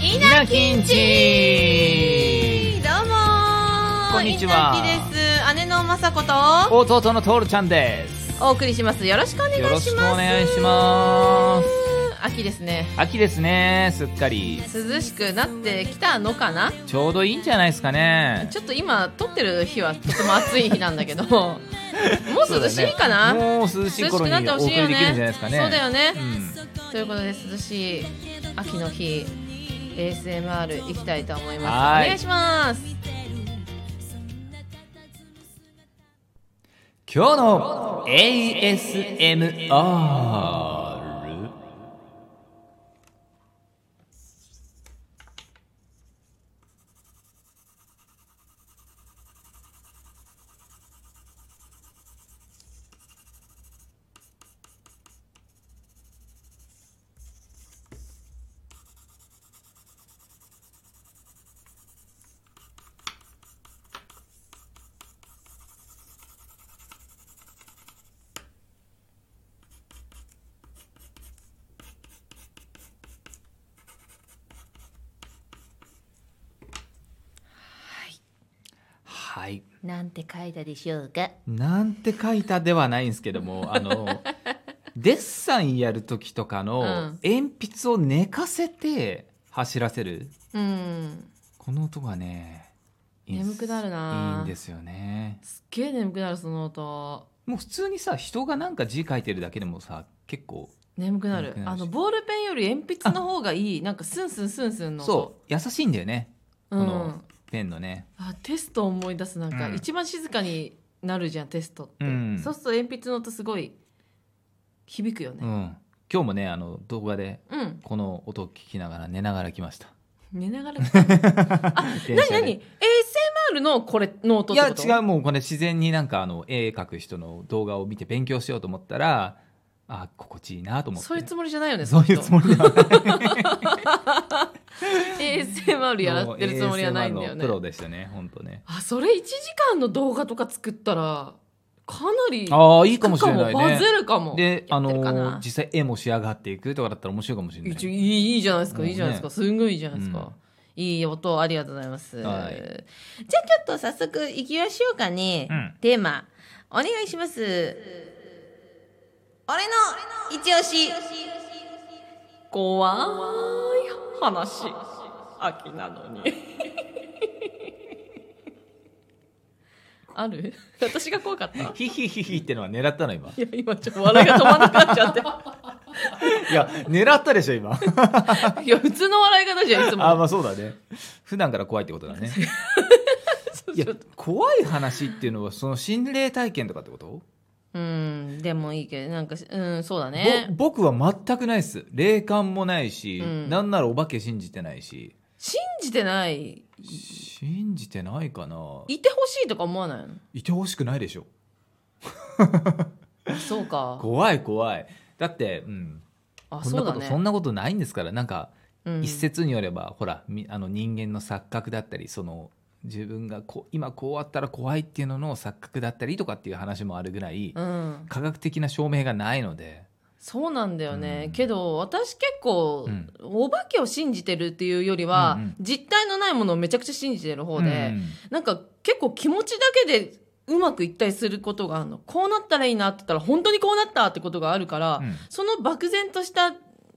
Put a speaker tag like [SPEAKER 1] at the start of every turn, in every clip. [SPEAKER 1] イナキンチ
[SPEAKER 2] どうも
[SPEAKER 1] こんにちは
[SPEAKER 2] イナキです姉のまさこと
[SPEAKER 1] 弟のトールちゃんです
[SPEAKER 2] お送りしますよろしくお願いし
[SPEAKER 1] よろ
[SPEAKER 2] ま
[SPEAKER 1] し
[SPEAKER 2] す
[SPEAKER 1] くお願いします
[SPEAKER 2] 秋ですね
[SPEAKER 1] 秋ですねすっかり
[SPEAKER 2] 涼しくなってきたのかな
[SPEAKER 1] ちょうどいいんじゃないですかね
[SPEAKER 2] ちょっと今撮ってる日はとても暑い日なんだ けどもう
[SPEAKER 1] そうだ
[SPEAKER 2] 涼
[SPEAKER 1] ね
[SPEAKER 2] しいかな、
[SPEAKER 1] もう涼しい
[SPEAKER 2] 涼し
[SPEAKER 1] 頃
[SPEAKER 2] く
[SPEAKER 1] に
[SPEAKER 2] なって
[SPEAKER 1] お
[SPEAKER 2] ほ
[SPEAKER 1] 送
[SPEAKER 2] し
[SPEAKER 1] り
[SPEAKER 2] いよ
[SPEAKER 1] でき
[SPEAKER 2] ね
[SPEAKER 1] るんじゃないですかね
[SPEAKER 2] そうだよね
[SPEAKER 1] う、ん
[SPEAKER 2] ということで涼しい秋の日 ASMR いきたいと思い
[SPEAKER 1] は
[SPEAKER 2] ま
[SPEAKER 1] ーい
[SPEAKER 2] すお願いします
[SPEAKER 1] 今日の ASMR はい
[SPEAKER 2] なんて書いたでしょうか
[SPEAKER 1] なんて書いたではないんですけどもあの デッサンやる時とか
[SPEAKER 2] う
[SPEAKER 1] の
[SPEAKER 2] ん
[SPEAKER 1] 鉛筆を寝かせて走らせる
[SPEAKER 2] うん
[SPEAKER 1] この音がねいいんです
[SPEAKER 2] 眠くなるない
[SPEAKER 1] いんですよね
[SPEAKER 2] すっげえ眠くなるその音
[SPEAKER 1] もう普通にさ人がなんか字書いてるだけでもさ結構
[SPEAKER 2] 眠くなる
[SPEAKER 1] 眠くなる
[SPEAKER 2] あ
[SPEAKER 1] し
[SPEAKER 2] のボールペンより鉛筆の方がいいなんかスンスンスンスンの音
[SPEAKER 1] そう優しいんだよね
[SPEAKER 2] う
[SPEAKER 1] こ
[SPEAKER 2] ん
[SPEAKER 1] の、ペンのね
[SPEAKER 2] あテスト思い出すなんか、
[SPEAKER 1] うん
[SPEAKER 2] 一番静かになるじゃんテストって、
[SPEAKER 1] うん
[SPEAKER 2] そうすると鉛筆の音すごい響くよ
[SPEAKER 1] う
[SPEAKER 2] ね
[SPEAKER 1] ん今日もねあの動画で
[SPEAKER 2] うん、
[SPEAKER 1] この音を聞きながら寝ながら来 ました
[SPEAKER 2] 寝な がら聞く
[SPEAKER 1] 電
[SPEAKER 2] 何
[SPEAKER 1] 車で
[SPEAKER 2] 何 ASMR のこれの音
[SPEAKER 1] い
[SPEAKER 2] ってこ
[SPEAKER 1] や
[SPEAKER 2] と
[SPEAKER 1] 違うもうこれ自然になんかあの絵描く人の動画を見て勉強しようと思ったらあ心地いいなと思って
[SPEAKER 2] そういうつもりじゃないよね
[SPEAKER 1] そういうつもりではない
[SPEAKER 2] り ASMR やってるつもりはないんだよ
[SPEAKER 1] も
[SPEAKER 2] ね
[SPEAKER 1] う ASMR のプロでしたね本当ね
[SPEAKER 2] あそれ1時間の動画とか作ったらかなり
[SPEAKER 1] ああいいかもしれない
[SPEAKER 2] バ
[SPEAKER 1] ね
[SPEAKER 2] ズるかも
[SPEAKER 1] であ
[SPEAKER 2] やってるか
[SPEAKER 1] の
[SPEAKER 2] な
[SPEAKER 1] 実際絵も仕上がっていくとかだったら面白いかもしれない
[SPEAKER 2] 一応いいいいじゃないですか、
[SPEAKER 1] うん
[SPEAKER 2] いいじゃないですかすんごいいいじゃないですか、
[SPEAKER 1] うん
[SPEAKER 2] いい音ありがとうございます、
[SPEAKER 1] はい
[SPEAKER 2] じゃあちょっと早速いきましょうかね、
[SPEAKER 1] うん
[SPEAKER 2] テーマお願いします俺の一押し怖い話秋なの にある私が怖かったい
[SPEAKER 1] ヒヒヒヒってのは狙ったの今
[SPEAKER 2] や今ちょっと笑いが止まんなくなっちゃって
[SPEAKER 1] いや狙ったでしょ今
[SPEAKER 2] いや普通の笑い方じゃんいつも
[SPEAKER 1] あまあそうだね普段から怖いってことだねいや怖い話っていうのはその心霊体験とかってこと
[SPEAKER 2] うんでもいいけどなんかうんそうだね
[SPEAKER 1] ぼ僕は全くないです霊感もないし、
[SPEAKER 2] うん
[SPEAKER 1] なんならお化け信じてないし
[SPEAKER 2] 信じてない
[SPEAKER 1] 信じてないかない
[SPEAKER 2] いてほしいとか思わないの
[SPEAKER 1] てほしくないでしょ
[SPEAKER 2] そうか
[SPEAKER 1] 怖い怖いだって、うん、
[SPEAKER 2] あ
[SPEAKER 1] こん
[SPEAKER 2] そ
[SPEAKER 1] な
[SPEAKER 2] う
[SPEAKER 1] こと
[SPEAKER 2] だ
[SPEAKER 1] そ,、
[SPEAKER 2] ね
[SPEAKER 1] んなことないんですからなんか、
[SPEAKER 2] うん
[SPEAKER 1] 一説によればほらみあの人間の錯覚だったりその自分がこう今こうあったら怖いっていうのの錯覚だったりとかっていう話もあるぐらい、
[SPEAKER 2] うん
[SPEAKER 1] 科学的な証明がないので
[SPEAKER 2] そうなんだよね、
[SPEAKER 1] うん
[SPEAKER 2] けど私結構、
[SPEAKER 1] うん
[SPEAKER 2] お化けを信じてるっていうよりは、
[SPEAKER 1] うんうん
[SPEAKER 2] 実体のないものをめちゃくちゃ信じてる方で、
[SPEAKER 1] うん
[SPEAKER 2] なんか結構気持ちだけでうまくいったりすることがあるのこうなったらいいなって言ったら本当にこうなったってことがあるから、
[SPEAKER 1] うん
[SPEAKER 2] その漠然とした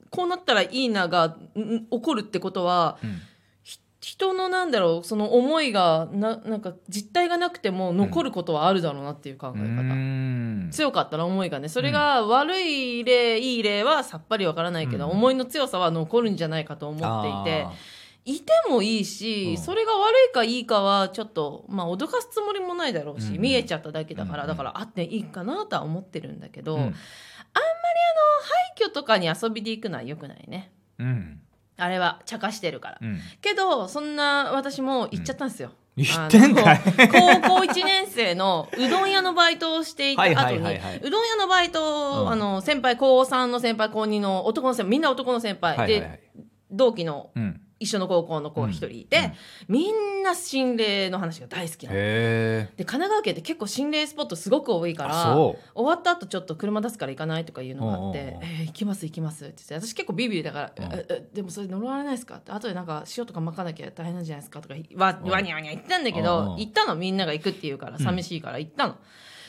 [SPEAKER 2] こうなったらいいながん起こるってことは
[SPEAKER 1] うん
[SPEAKER 2] ひ人のなんだろうその思いがななんか実体がなくても残ることはあるだろうなっていう考え
[SPEAKER 1] う
[SPEAKER 2] 方、
[SPEAKER 1] ん
[SPEAKER 2] 強かったら思いがねそれが悪い例いい例はさっぱりわからないけど、
[SPEAKER 1] うん
[SPEAKER 2] 思いの強さは残るんじゃないかと思っていて
[SPEAKER 1] あー
[SPEAKER 2] いてもいいし、
[SPEAKER 1] うん
[SPEAKER 2] それが悪いかいいかはちょっとまあ脅かすつもりもないだろうし、
[SPEAKER 1] うんうん
[SPEAKER 2] 見えちゃっただけだから、
[SPEAKER 1] うんうん
[SPEAKER 2] だからあっていいかなとは思ってるんだけど、
[SPEAKER 1] うん
[SPEAKER 2] 廃墟とかに遊びで行くのは良くないね
[SPEAKER 1] うん
[SPEAKER 2] あれは茶化してるから。
[SPEAKER 1] うん
[SPEAKER 2] けどそんな私も行っちゃったんですよ、
[SPEAKER 1] 言
[SPEAKER 2] あの
[SPEAKER 1] ってんかい
[SPEAKER 2] 高校1年生のうどん屋のバイトをしていた後に、
[SPEAKER 1] はいはいはいはいう
[SPEAKER 2] どん屋のバイト、
[SPEAKER 1] うん
[SPEAKER 2] あの先輩高3の先輩高2の男の先輩みんな男の先輩、
[SPEAKER 1] はいはいは
[SPEAKER 2] で
[SPEAKER 1] い
[SPEAKER 2] 同期の
[SPEAKER 1] うん
[SPEAKER 2] 1一緒の高校の子が一人いて、
[SPEAKER 1] うんうん
[SPEAKER 2] みんな心霊の話が大好きなの。
[SPEAKER 1] へえ
[SPEAKER 2] で神奈川県って結構心霊スポットすごく多いから
[SPEAKER 1] そ
[SPEAKER 2] 終わった後ちょっと車出すから行かないとかいうのがあって
[SPEAKER 1] うんうん
[SPEAKER 2] 「
[SPEAKER 1] うん
[SPEAKER 2] えー行きます行きます」って言って私結構ビビりだから「
[SPEAKER 1] うん
[SPEAKER 2] ええでもそれ呪われないですか?」って後でなんか塩とか巻かなきゃ大変なんじゃないですかとかわ
[SPEAKER 1] うん
[SPEAKER 2] わにゃわにゃ言ったんだけ
[SPEAKER 1] うん
[SPEAKER 2] ど
[SPEAKER 1] うん
[SPEAKER 2] 行ったのみんなが行くって言うから
[SPEAKER 1] うん
[SPEAKER 2] 寂しいから行ったの。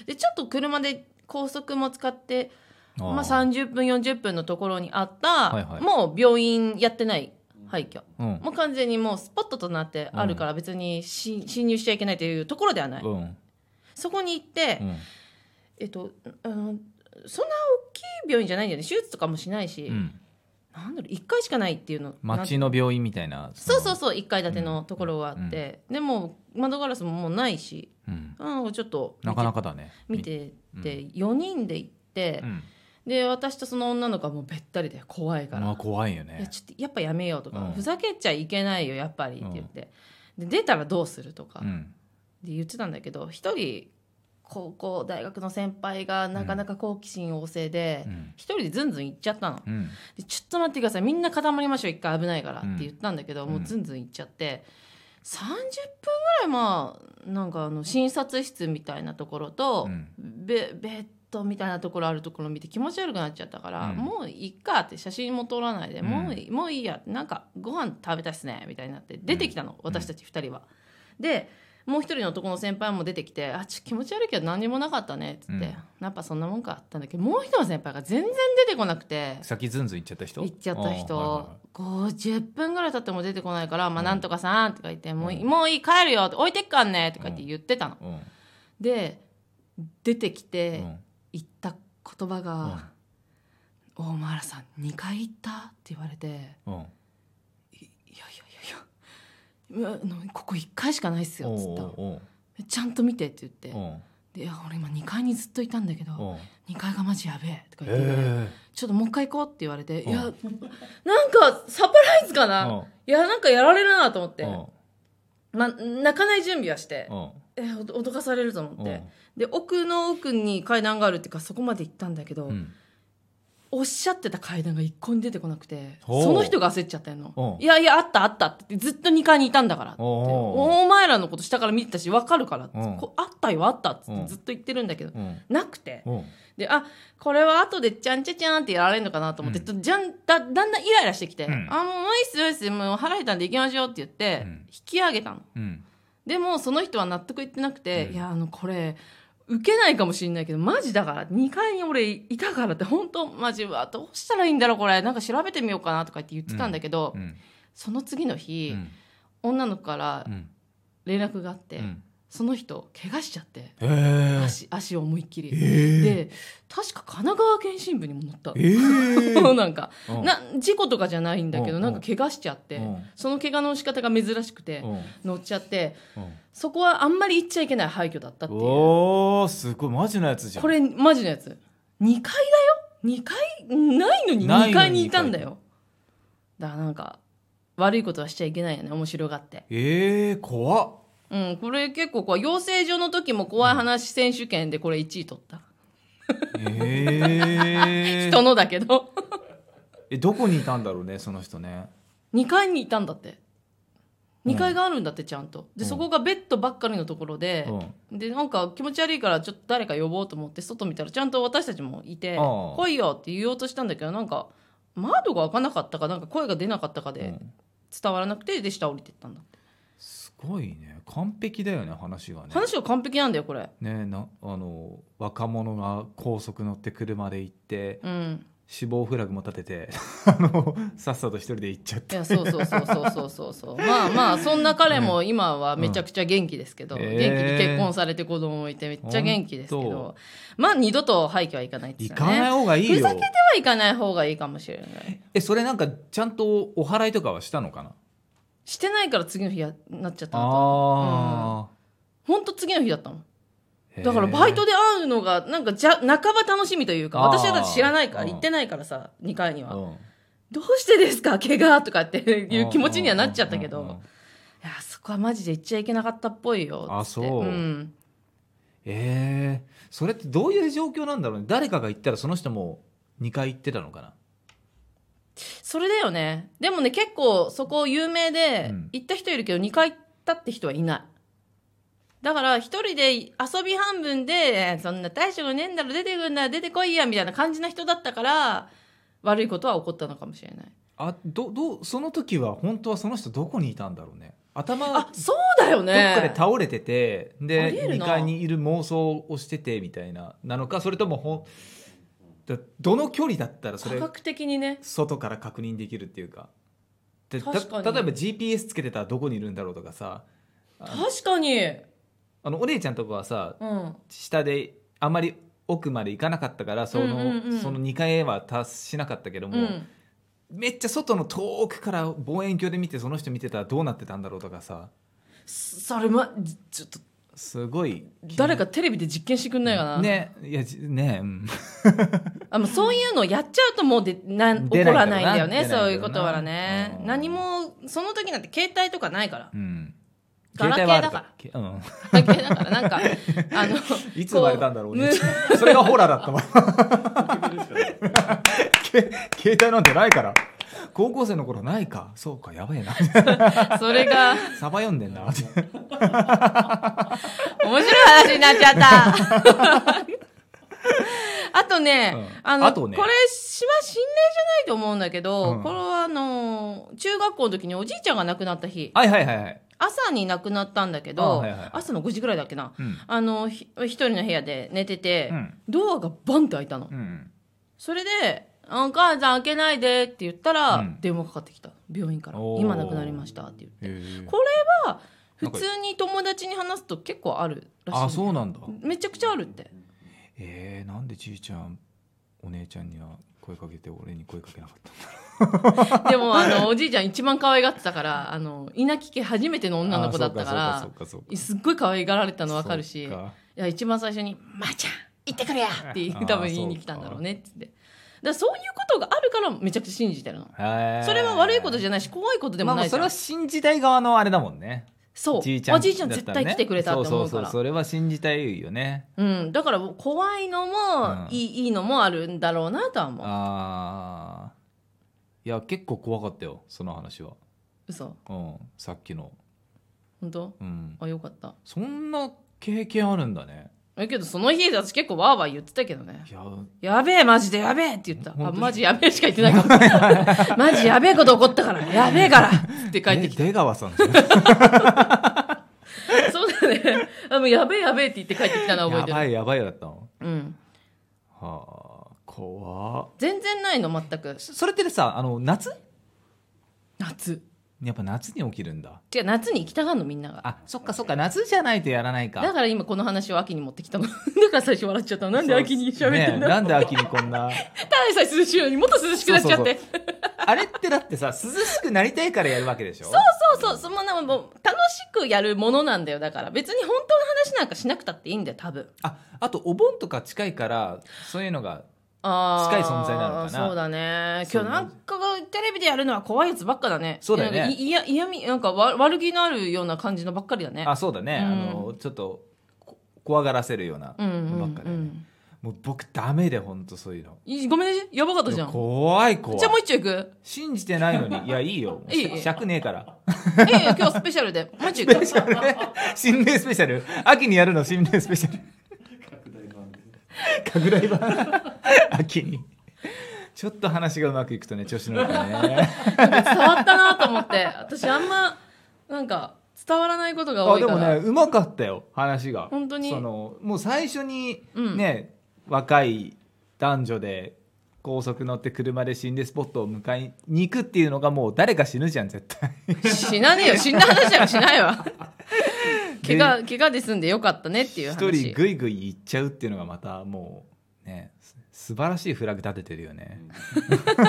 [SPEAKER 2] でちょっと車で高速も使って、
[SPEAKER 1] う
[SPEAKER 2] まあ、30分40分のところにあった、
[SPEAKER 1] はいはい
[SPEAKER 2] もう病院やってない廃墟
[SPEAKER 1] うん
[SPEAKER 2] もう完全にもうスポットとなってあるから別にし侵入しちゃいけないというところではない。
[SPEAKER 1] うん
[SPEAKER 2] そこに行って、
[SPEAKER 1] うん
[SPEAKER 2] えっと、あのそんな大きい病院じゃないんだよね手術とかもしないし、
[SPEAKER 1] うん
[SPEAKER 2] なんだろう1回しかないっていうのなん
[SPEAKER 1] 町の病院みたいな
[SPEAKER 2] そうそう
[SPEAKER 1] そ
[SPEAKER 2] そう1階建てのところがあって、でも窓ガラスももうないし、
[SPEAKER 1] のうん
[SPEAKER 2] うん、ちょっと見て
[SPEAKER 1] なかなかだね
[SPEAKER 2] 見てて、
[SPEAKER 1] う
[SPEAKER 2] 4人で行って
[SPEAKER 1] う、ん
[SPEAKER 2] で私とその女の子はもうべったりで怖いから、
[SPEAKER 1] まあ怖いよ
[SPEAKER 2] いや
[SPEAKER 1] ね
[SPEAKER 2] ちょっとやっぱやめようとか、
[SPEAKER 1] うん
[SPEAKER 2] ふざけちゃいけないよやっぱりって言って、で出たらどうするとか、
[SPEAKER 1] うん
[SPEAKER 2] で言ってたんだけど一人高校大学の先輩がなかなか好奇心旺盛で
[SPEAKER 1] うん
[SPEAKER 2] 一、人でズンズン行っちゃったの
[SPEAKER 1] うん
[SPEAKER 2] でちょっと待ってくださいみんな固まりましょう一回危ないからっ
[SPEAKER 1] うん
[SPEAKER 2] て言ったんだけど、
[SPEAKER 1] うん
[SPEAKER 2] もうズンズン行っちゃって30分ぐらいまあなんかあの診察室みたいなところと、
[SPEAKER 1] うん
[SPEAKER 2] ベベッドみたいなところあるところを見て気持ち悪くなっちゃったから、
[SPEAKER 1] うん
[SPEAKER 2] もういっかって写真も撮らないで、
[SPEAKER 1] うん
[SPEAKER 2] もういいもういいやなんかご飯食べたいっすねみたいになって出てきたの、私たち2人は。でもう一人の男の先輩も出てきて「あちょ気持ち悪いけど何にもなかったね」っつって、
[SPEAKER 1] うん
[SPEAKER 2] やっぱそんなもんかあったんだけどもう一人の先輩が全然出てこなくて
[SPEAKER 1] 先ずんずん行っちゃった人
[SPEAKER 2] 行っちゃった
[SPEAKER 1] あー
[SPEAKER 2] 人
[SPEAKER 1] は
[SPEAKER 2] 50分ぐらい経っても出てこないから「まあ、なんとかさん」とか言って「もういい
[SPEAKER 1] うん
[SPEAKER 2] もういい帰るよ」置いてっかんね」とか言って言ってたの。
[SPEAKER 1] いはいはい
[SPEAKER 2] で出てき
[SPEAKER 1] うん
[SPEAKER 2] て
[SPEAKER 1] うん
[SPEAKER 2] 言った言葉が「大村さん2回行った?」って言われて
[SPEAKER 1] うん
[SPEAKER 2] 「いいやいやいやいやうわあのここ1回しかないっすよ」っつったの
[SPEAKER 1] おう
[SPEAKER 2] ちゃんと見て」って言って
[SPEAKER 1] おうおう
[SPEAKER 2] でいや俺今2階にずっといたんだけど
[SPEAKER 1] おう
[SPEAKER 2] 2階がマジやべえとか言って、
[SPEAKER 1] え
[SPEAKER 2] ちょっともう一回行こうって言われて、
[SPEAKER 1] うん
[SPEAKER 2] いやなんかサプライズか
[SPEAKER 1] え
[SPEAKER 2] な、
[SPEAKER 1] おう
[SPEAKER 2] いやなんかやられるなと思って、
[SPEAKER 1] おう
[SPEAKER 2] まあ、泣かない準備はして、
[SPEAKER 1] おう
[SPEAKER 2] えお脅かされると思
[SPEAKER 1] お
[SPEAKER 2] っ
[SPEAKER 1] う
[SPEAKER 2] て、で奥の奥に階段があるっていうかそこまで行ったんだけど、
[SPEAKER 1] うん
[SPEAKER 2] おっしゃってた階段が一向に出てこなくて
[SPEAKER 1] ほう
[SPEAKER 2] その人が焦っちゃったの
[SPEAKER 1] う
[SPEAKER 2] いやいやあったあったって言ってずっと2階にいたんだからって
[SPEAKER 1] おうおう
[SPEAKER 2] お前らのこと下から見てたし分かるからって
[SPEAKER 1] うん
[SPEAKER 2] こあったよあったって
[SPEAKER 1] うん
[SPEAKER 2] ずっと言ってるんだけど
[SPEAKER 1] うん
[SPEAKER 2] なくて
[SPEAKER 1] おう
[SPEAKER 2] であこれは後でちゃんちゃちゃんってやられるのかなと思って、
[SPEAKER 1] うん
[SPEAKER 2] ちょっとじゃんだだんだんイライラしてきて「
[SPEAKER 1] うん
[SPEAKER 2] あもういいっすよいいっすもう腹減ったんで行きましょう」って言って、
[SPEAKER 1] うん
[SPEAKER 2] 引き上げたの
[SPEAKER 1] うん
[SPEAKER 2] でもその人は納得いってなくて「
[SPEAKER 1] うん
[SPEAKER 2] いやあのこれ受けないかもしれないけどマジだから2階に俺いたからって本当マジはどうしたらいいんだろうこれなんか調べてみようかな」とか言って言ってたんだけど、
[SPEAKER 1] うん
[SPEAKER 2] その次の日、
[SPEAKER 1] うん
[SPEAKER 2] 女の子から
[SPEAKER 1] うん
[SPEAKER 2] 連絡があって、
[SPEAKER 1] うん
[SPEAKER 2] その人怪我しちゃって
[SPEAKER 1] ええ
[SPEAKER 2] 足足を思いっきり。
[SPEAKER 1] ええ
[SPEAKER 2] で確か神奈川県新聞にも載った。
[SPEAKER 1] ええ
[SPEAKER 2] そう なんか
[SPEAKER 1] うん
[SPEAKER 2] な事故とかじゃないんだけ
[SPEAKER 1] う
[SPEAKER 2] ど
[SPEAKER 1] ん
[SPEAKER 2] なんか怪我しちゃって
[SPEAKER 1] うん
[SPEAKER 2] その怪我の仕方が珍しくて
[SPEAKER 1] うん
[SPEAKER 2] 乗っちゃって
[SPEAKER 1] うん
[SPEAKER 2] そこはあんまり行っちゃいけない廃墟だったっていうこ
[SPEAKER 1] おおすごいマジなやつじゃん
[SPEAKER 2] れマジのやつ2階だよ2階ないのに
[SPEAKER 1] ないのに
[SPEAKER 2] 2階にいたんだよだからなんか悪いことはしちゃいけないよね面白がって
[SPEAKER 1] ええ怖っ
[SPEAKER 2] うんこれ結構怖い養成所の時も怖い話選手権でこれ1位取った
[SPEAKER 1] ええ
[SPEAKER 2] 人のだけど
[SPEAKER 1] えどこにいたんだろうねその人ね
[SPEAKER 2] 2階にいたんだって
[SPEAKER 1] うん
[SPEAKER 2] 2階があるんだってちゃんとで
[SPEAKER 1] うん
[SPEAKER 2] そこがベッドばっかりのところで、
[SPEAKER 1] うん
[SPEAKER 2] でなんか気持ち悪いからちょっと誰か呼ぼうと思って外見たらちゃんと私たちもいて「
[SPEAKER 1] ああ
[SPEAKER 2] 来いよ」って言おうとしたんだけどなんか窓が開かなかったかなんか声が出なかったか
[SPEAKER 1] う
[SPEAKER 2] で
[SPEAKER 1] ん
[SPEAKER 2] 伝わらなくてで下降りてったんだって、
[SPEAKER 1] すごいね完璧だよね話がね
[SPEAKER 2] 話は完璧なんだよこれ
[SPEAKER 1] ねなあの若者が高速乗って車で行って
[SPEAKER 2] うん
[SPEAKER 1] 死亡フラグも立てて あのさっさと一人で行っちゃっ
[SPEAKER 2] い
[SPEAKER 1] て
[SPEAKER 2] やそうそうそうそうそうそう そうまあまあそんな彼も今はめちゃくちゃ元気ですけど、
[SPEAKER 1] うん
[SPEAKER 2] 元気に結婚されて子供もいてめっちゃ元気ですけ
[SPEAKER 1] ほん
[SPEAKER 2] どまあ二度と廃墟は行かないですよ
[SPEAKER 1] 行かない
[SPEAKER 2] ね
[SPEAKER 1] 方がいい
[SPEAKER 2] ふ
[SPEAKER 1] よ
[SPEAKER 2] ざけては行かない方がいいかもしれない
[SPEAKER 1] えそれなんかちゃんとお祓いとかはしたのかな
[SPEAKER 2] してないから次の日やなっちゃったのと
[SPEAKER 1] あ
[SPEAKER 2] ほんと次の日だったもん
[SPEAKER 1] ー
[SPEAKER 2] だからバイト
[SPEAKER 1] へ
[SPEAKER 2] で会うのがなんかじゃ半ば楽しみというか
[SPEAKER 1] あー
[SPEAKER 2] 私はだって知らないから
[SPEAKER 1] うん
[SPEAKER 2] 行ってないからさ2階に
[SPEAKER 1] ー
[SPEAKER 2] は、
[SPEAKER 1] うん
[SPEAKER 2] どうしてですか 怪我とかっていう気持ちにはなっちゃったけど、
[SPEAKER 1] うんうんうんう
[SPEAKER 2] い
[SPEAKER 1] ん
[SPEAKER 2] やそこはマジで行っちゃいけなかったっぽいよ
[SPEAKER 1] あ
[SPEAKER 2] つって、
[SPEAKER 1] そうんえーそれってどういう状況なんだろうね誰かが行ったらその人も2回行ってたのかな
[SPEAKER 2] それだよねでもね結構そこ有名で、
[SPEAKER 1] うん
[SPEAKER 2] 行った人いるけど2回行ったって人はいないだから一人で遊び半分でえー「そんな大したことねえんだろ出てくんなら出てこいや」みたいな感じな人だったから悪いことは起こったのかもしれない
[SPEAKER 1] あどどうその時は本当はその人どこにいたんだろうね頭どっ
[SPEAKER 2] あそうだよね
[SPEAKER 1] かで倒れてて、
[SPEAKER 2] あ
[SPEAKER 1] で
[SPEAKER 2] りえる
[SPEAKER 1] 2
[SPEAKER 2] な
[SPEAKER 1] 階にいる妄想をしててみたいななのかそれともほんだどの距離だったらそ
[SPEAKER 2] 科
[SPEAKER 1] れ
[SPEAKER 2] 学的にね
[SPEAKER 1] 外から確認できるっていうかでた
[SPEAKER 2] 確かに
[SPEAKER 1] 例えば GPS つけてたらどこにいるんだろうとかさあの
[SPEAKER 2] 確かに
[SPEAKER 1] あのお姉ちゃんとかはさ
[SPEAKER 2] うん
[SPEAKER 1] 下であまり奥まで行かなかったからその,、
[SPEAKER 2] うんうんうん
[SPEAKER 1] その2階へは達しなかったけども、
[SPEAKER 2] うん
[SPEAKER 1] めっちゃ外の遠くから望遠鏡で見てその人見てたらどうなってたんだろうとかさ
[SPEAKER 2] そそれまじちょっと
[SPEAKER 1] すごい
[SPEAKER 2] 誰かテレビで実験してくんないかな、
[SPEAKER 1] ねいやじねうん
[SPEAKER 2] あもうそういうのをやっちゃうともうでなん
[SPEAKER 1] 出
[SPEAKER 2] 起こ
[SPEAKER 1] ないから
[SPEAKER 2] ら
[SPEAKER 1] な
[SPEAKER 2] ないんだよね
[SPEAKER 1] 出ないからな
[SPEAKER 2] そういうことはね
[SPEAKER 1] うん
[SPEAKER 2] 何もその時なんて携帯とかないから
[SPEAKER 1] うん
[SPEAKER 2] ガラケー
[SPEAKER 1] 携帯はある
[SPEAKER 2] だから
[SPEAKER 1] けうん
[SPEAKER 2] 関係だからなんかあの
[SPEAKER 1] いつ生まれたんだろうね
[SPEAKER 2] こ。
[SPEAKER 1] それがホラーだったわ。 け携帯なんてないから。高校生の頃ないか。そうか、やばい
[SPEAKER 2] う
[SPEAKER 1] な。
[SPEAKER 2] それが
[SPEAKER 1] サバ読んでん な。
[SPEAKER 2] 面白い話になっちゃった あとね、
[SPEAKER 1] うん
[SPEAKER 2] あの
[SPEAKER 1] あとね
[SPEAKER 2] これしは心霊じゃないと思うんだけど、
[SPEAKER 1] うん
[SPEAKER 2] これはあの中学校の時におじいちゃんが亡くなった日
[SPEAKER 1] はいはいはいはい。
[SPEAKER 2] 朝に亡くなったんだけど、
[SPEAKER 1] あはいはい
[SPEAKER 2] 朝の5時ぐらいだっけな
[SPEAKER 1] うん。
[SPEAKER 2] あのひ一人の部屋で寝てて、
[SPEAKER 1] うん。
[SPEAKER 2] ドアがバンって開いたの、
[SPEAKER 1] うん。
[SPEAKER 2] それで「あお母さん開けないで」って言ったら、
[SPEAKER 1] うん
[SPEAKER 2] 電話かかってきた病院から
[SPEAKER 1] お
[SPEAKER 2] 「
[SPEAKER 1] ー
[SPEAKER 2] 今亡くなりました」っていう
[SPEAKER 1] へー
[SPEAKER 2] これは普通に友達に話すと結構あるらしい
[SPEAKER 1] あ、そうなんだ。
[SPEAKER 2] めちゃくちゃあるって
[SPEAKER 1] えー、なんでじいちゃん、お姉ちゃんには声かけて、俺に声かけなかった
[SPEAKER 2] でもあ のおじいちゃん一番可愛がってたからあの稲木家初めての女の子だった
[SPEAKER 1] あそ
[SPEAKER 2] か
[SPEAKER 1] うかそうかそう
[SPEAKER 2] ら
[SPEAKER 1] か
[SPEAKER 2] すっごい可愛がられた
[SPEAKER 1] そう
[SPEAKER 2] の
[SPEAKER 1] か。
[SPEAKER 2] 分かるし
[SPEAKER 1] そ
[SPEAKER 2] いう
[SPEAKER 1] か
[SPEAKER 2] や一番最初に「まー、ちゃん行ってくれや!」って
[SPEAKER 1] あー
[SPEAKER 2] 多分言いに来たんだろうねっつってだからそういうことがあるからめちゃくちゃ信じてるの
[SPEAKER 1] へー
[SPEAKER 2] それは悪いことじゃないし怖いことでも
[SPEAKER 1] ま
[SPEAKER 2] な
[SPEAKER 1] あ
[SPEAKER 2] いじ
[SPEAKER 1] そ
[SPEAKER 2] ゃん
[SPEAKER 1] れは信じたい側のあれだもんね。
[SPEAKER 2] そう
[SPEAKER 1] じいちゃん
[SPEAKER 2] おじいちゃん
[SPEAKER 1] だっ
[SPEAKER 2] 絶
[SPEAKER 1] たらね
[SPEAKER 2] 対来てくれたって思う
[SPEAKER 1] そ
[SPEAKER 2] か
[SPEAKER 1] うそう
[SPEAKER 2] ら
[SPEAKER 1] そうそれは信じたいよね
[SPEAKER 2] うん、だから怖いのも
[SPEAKER 1] うん
[SPEAKER 2] いい,、いいのもあるんだろうなとは思う
[SPEAKER 1] あーいや結構怖かったよその話は、
[SPEAKER 2] 嘘
[SPEAKER 1] うん、さっきの、
[SPEAKER 2] 本当
[SPEAKER 1] うん、
[SPEAKER 2] あよかった
[SPEAKER 1] そんな経験あるんだね
[SPEAKER 2] えけどその日私結構わーわー言ってたけどね
[SPEAKER 1] いや
[SPEAKER 2] やべえマジでやべえって言った
[SPEAKER 1] ほ
[SPEAKER 2] あ
[SPEAKER 1] んと
[SPEAKER 2] マジやべえしか言ってないか もマジやべえこと起こったからやべえからって帰ってきて
[SPEAKER 1] 出川さんじ ゃんや
[SPEAKER 2] そうだねあもうやべえやべえって言って帰ってきたのは覚えてる
[SPEAKER 1] ばいやばいだったの
[SPEAKER 2] うん
[SPEAKER 1] はあ怖っ
[SPEAKER 2] 全然ないの全く
[SPEAKER 1] そそれってさあの夏
[SPEAKER 2] 夏
[SPEAKER 1] やっぱ夏に起きるんだ
[SPEAKER 2] 違う夏に行きたがるのみんなが
[SPEAKER 1] あそっかそっか夏じゃないとやらないか
[SPEAKER 2] だから今この話を秋に持ってきたの だから最初笑っちゃったのなんで秋に喋ってん
[SPEAKER 1] ね
[SPEAKER 2] だろう、
[SPEAKER 1] なんで秋にこんな
[SPEAKER 2] ただ でさえ涼しいのにもっと涼しくなっちゃって
[SPEAKER 1] そうそうあれってだってさ涼しくなりたいからやるわけでしょそう
[SPEAKER 2] そうそうそのなもう楽しくやるものなんだよだから別に本当の話なんかしなくたっていいんだよ多分
[SPEAKER 1] ああとお盆とか近いからそういうのが
[SPEAKER 2] あー
[SPEAKER 1] 近い存在なのかな
[SPEAKER 2] そうだね
[SPEAKER 1] そ
[SPEAKER 2] 今
[SPEAKER 1] う
[SPEAKER 2] 日なんかがテレビでやるのは怖いやつばっかだね
[SPEAKER 1] そうだよね
[SPEAKER 2] なんかいいや嫌みなんかわ悪気のあるような感じのばっかりだね
[SPEAKER 1] あそうだね、
[SPEAKER 2] うん
[SPEAKER 1] あのちょっとこ怖がらせるような
[SPEAKER 2] うんうん、う
[SPEAKER 1] ばっ
[SPEAKER 2] ん
[SPEAKER 1] かり、ねもう僕ダメで本当そういうの
[SPEAKER 2] いごめんねやばかったじゃんじ
[SPEAKER 1] 怖い怖い
[SPEAKER 2] ゃあもう一丁いく
[SPEAKER 1] 信じてないのにいやいいよ
[SPEAKER 2] いい
[SPEAKER 1] 尺ねえから
[SPEAKER 2] ええ今日スペシャルでもう一丁いく
[SPEAKER 1] 心霊スペシャル秋にやるの心霊スペシャル拡大版 秋にちょっと話がうまくいくとね調子乗るからね
[SPEAKER 2] 伝わったなと思って私あんまなんか伝わらないことが
[SPEAKER 1] あ
[SPEAKER 2] 多い
[SPEAKER 1] で
[SPEAKER 2] から
[SPEAKER 1] もねうまかったよ話が
[SPEAKER 2] 本当に
[SPEAKER 1] そのもう最初に
[SPEAKER 2] うん
[SPEAKER 1] ね、若い男女で高速乗って車で心霊スポットを迎えに行くっていうのがもう誰か死ぬじゃん絶対
[SPEAKER 2] 死なねえよ死んだ話なんかしないわ
[SPEAKER 1] で
[SPEAKER 2] 怪我怪我で済んでよかったねっていう
[SPEAKER 1] 一人
[SPEAKER 2] 話
[SPEAKER 1] ぐいぐい行っちゃうっていうのがまたもうねす素晴らしいフラグ立ててるよね、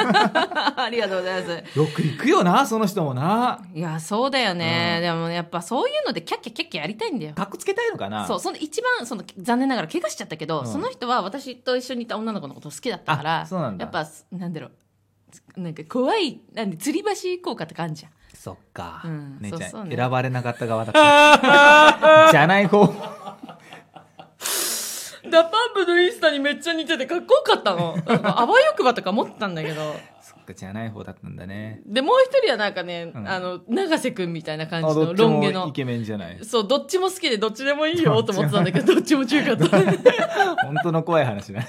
[SPEAKER 2] ありがとうございます
[SPEAKER 1] よく行くよなその人もない
[SPEAKER 2] やそうだよね、
[SPEAKER 1] うん
[SPEAKER 2] でもねやっぱそういうのでキャッキャキャッキャやりたいんだよ
[SPEAKER 1] かっこつけたいのかな
[SPEAKER 2] そうその一番その残念ながら怪我しちゃったけど、
[SPEAKER 1] うん
[SPEAKER 2] その人は私と一緒にいた女の子のこと好きだったか
[SPEAKER 1] あ
[SPEAKER 2] ら
[SPEAKER 1] そうなんだ
[SPEAKER 2] やっぱなんだろうなんか怖いなんで吊り橋行こうかって感じじゃん
[SPEAKER 1] そっか、
[SPEAKER 2] うん
[SPEAKER 1] 姉ちゃん
[SPEAKER 2] そうそうね
[SPEAKER 1] 選ばれなかった側だったじゃない方
[SPEAKER 2] ダパンプのインスタにめっちゃ似ててかっこよかった の。なんかあわよくばとか思ってたんだけど。
[SPEAKER 1] そっかじゃない方だったんだね
[SPEAKER 2] で、もう一人はなんかね、
[SPEAKER 1] うん
[SPEAKER 2] あの、長瀬くんみたいな感
[SPEAKER 1] あ
[SPEAKER 2] じ
[SPEAKER 1] ど
[SPEAKER 2] の
[SPEAKER 1] っち
[SPEAKER 2] ロン毛
[SPEAKER 1] もイ
[SPEAKER 2] の。
[SPEAKER 1] ケメンじゃない
[SPEAKER 2] そう、どっちも好きでどっちでもいいよと思ってたんだけど、どっちも中華と。
[SPEAKER 1] 本当の怖い話ね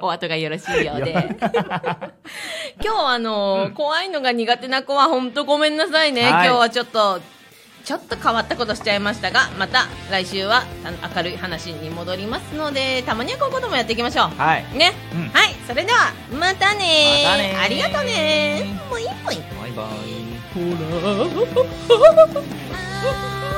[SPEAKER 2] お後がよろしいようで。 今日あの、怖いのが苦手な子は本当ごめんなさいね。
[SPEAKER 1] はい
[SPEAKER 2] 今日はちょっと、ちょっと変わったことしちゃいましたが、また来週はあ明るい話に戻りますので、たまにはこういうこともやっていきましょ
[SPEAKER 1] はい、
[SPEAKER 2] う。ね。
[SPEAKER 1] うん、
[SPEAKER 2] はい、それでは、またね
[SPEAKER 1] またね
[SPEAKER 2] ありがとねもういいもういい
[SPEAKER 1] バイバイ
[SPEAKER 2] ほら。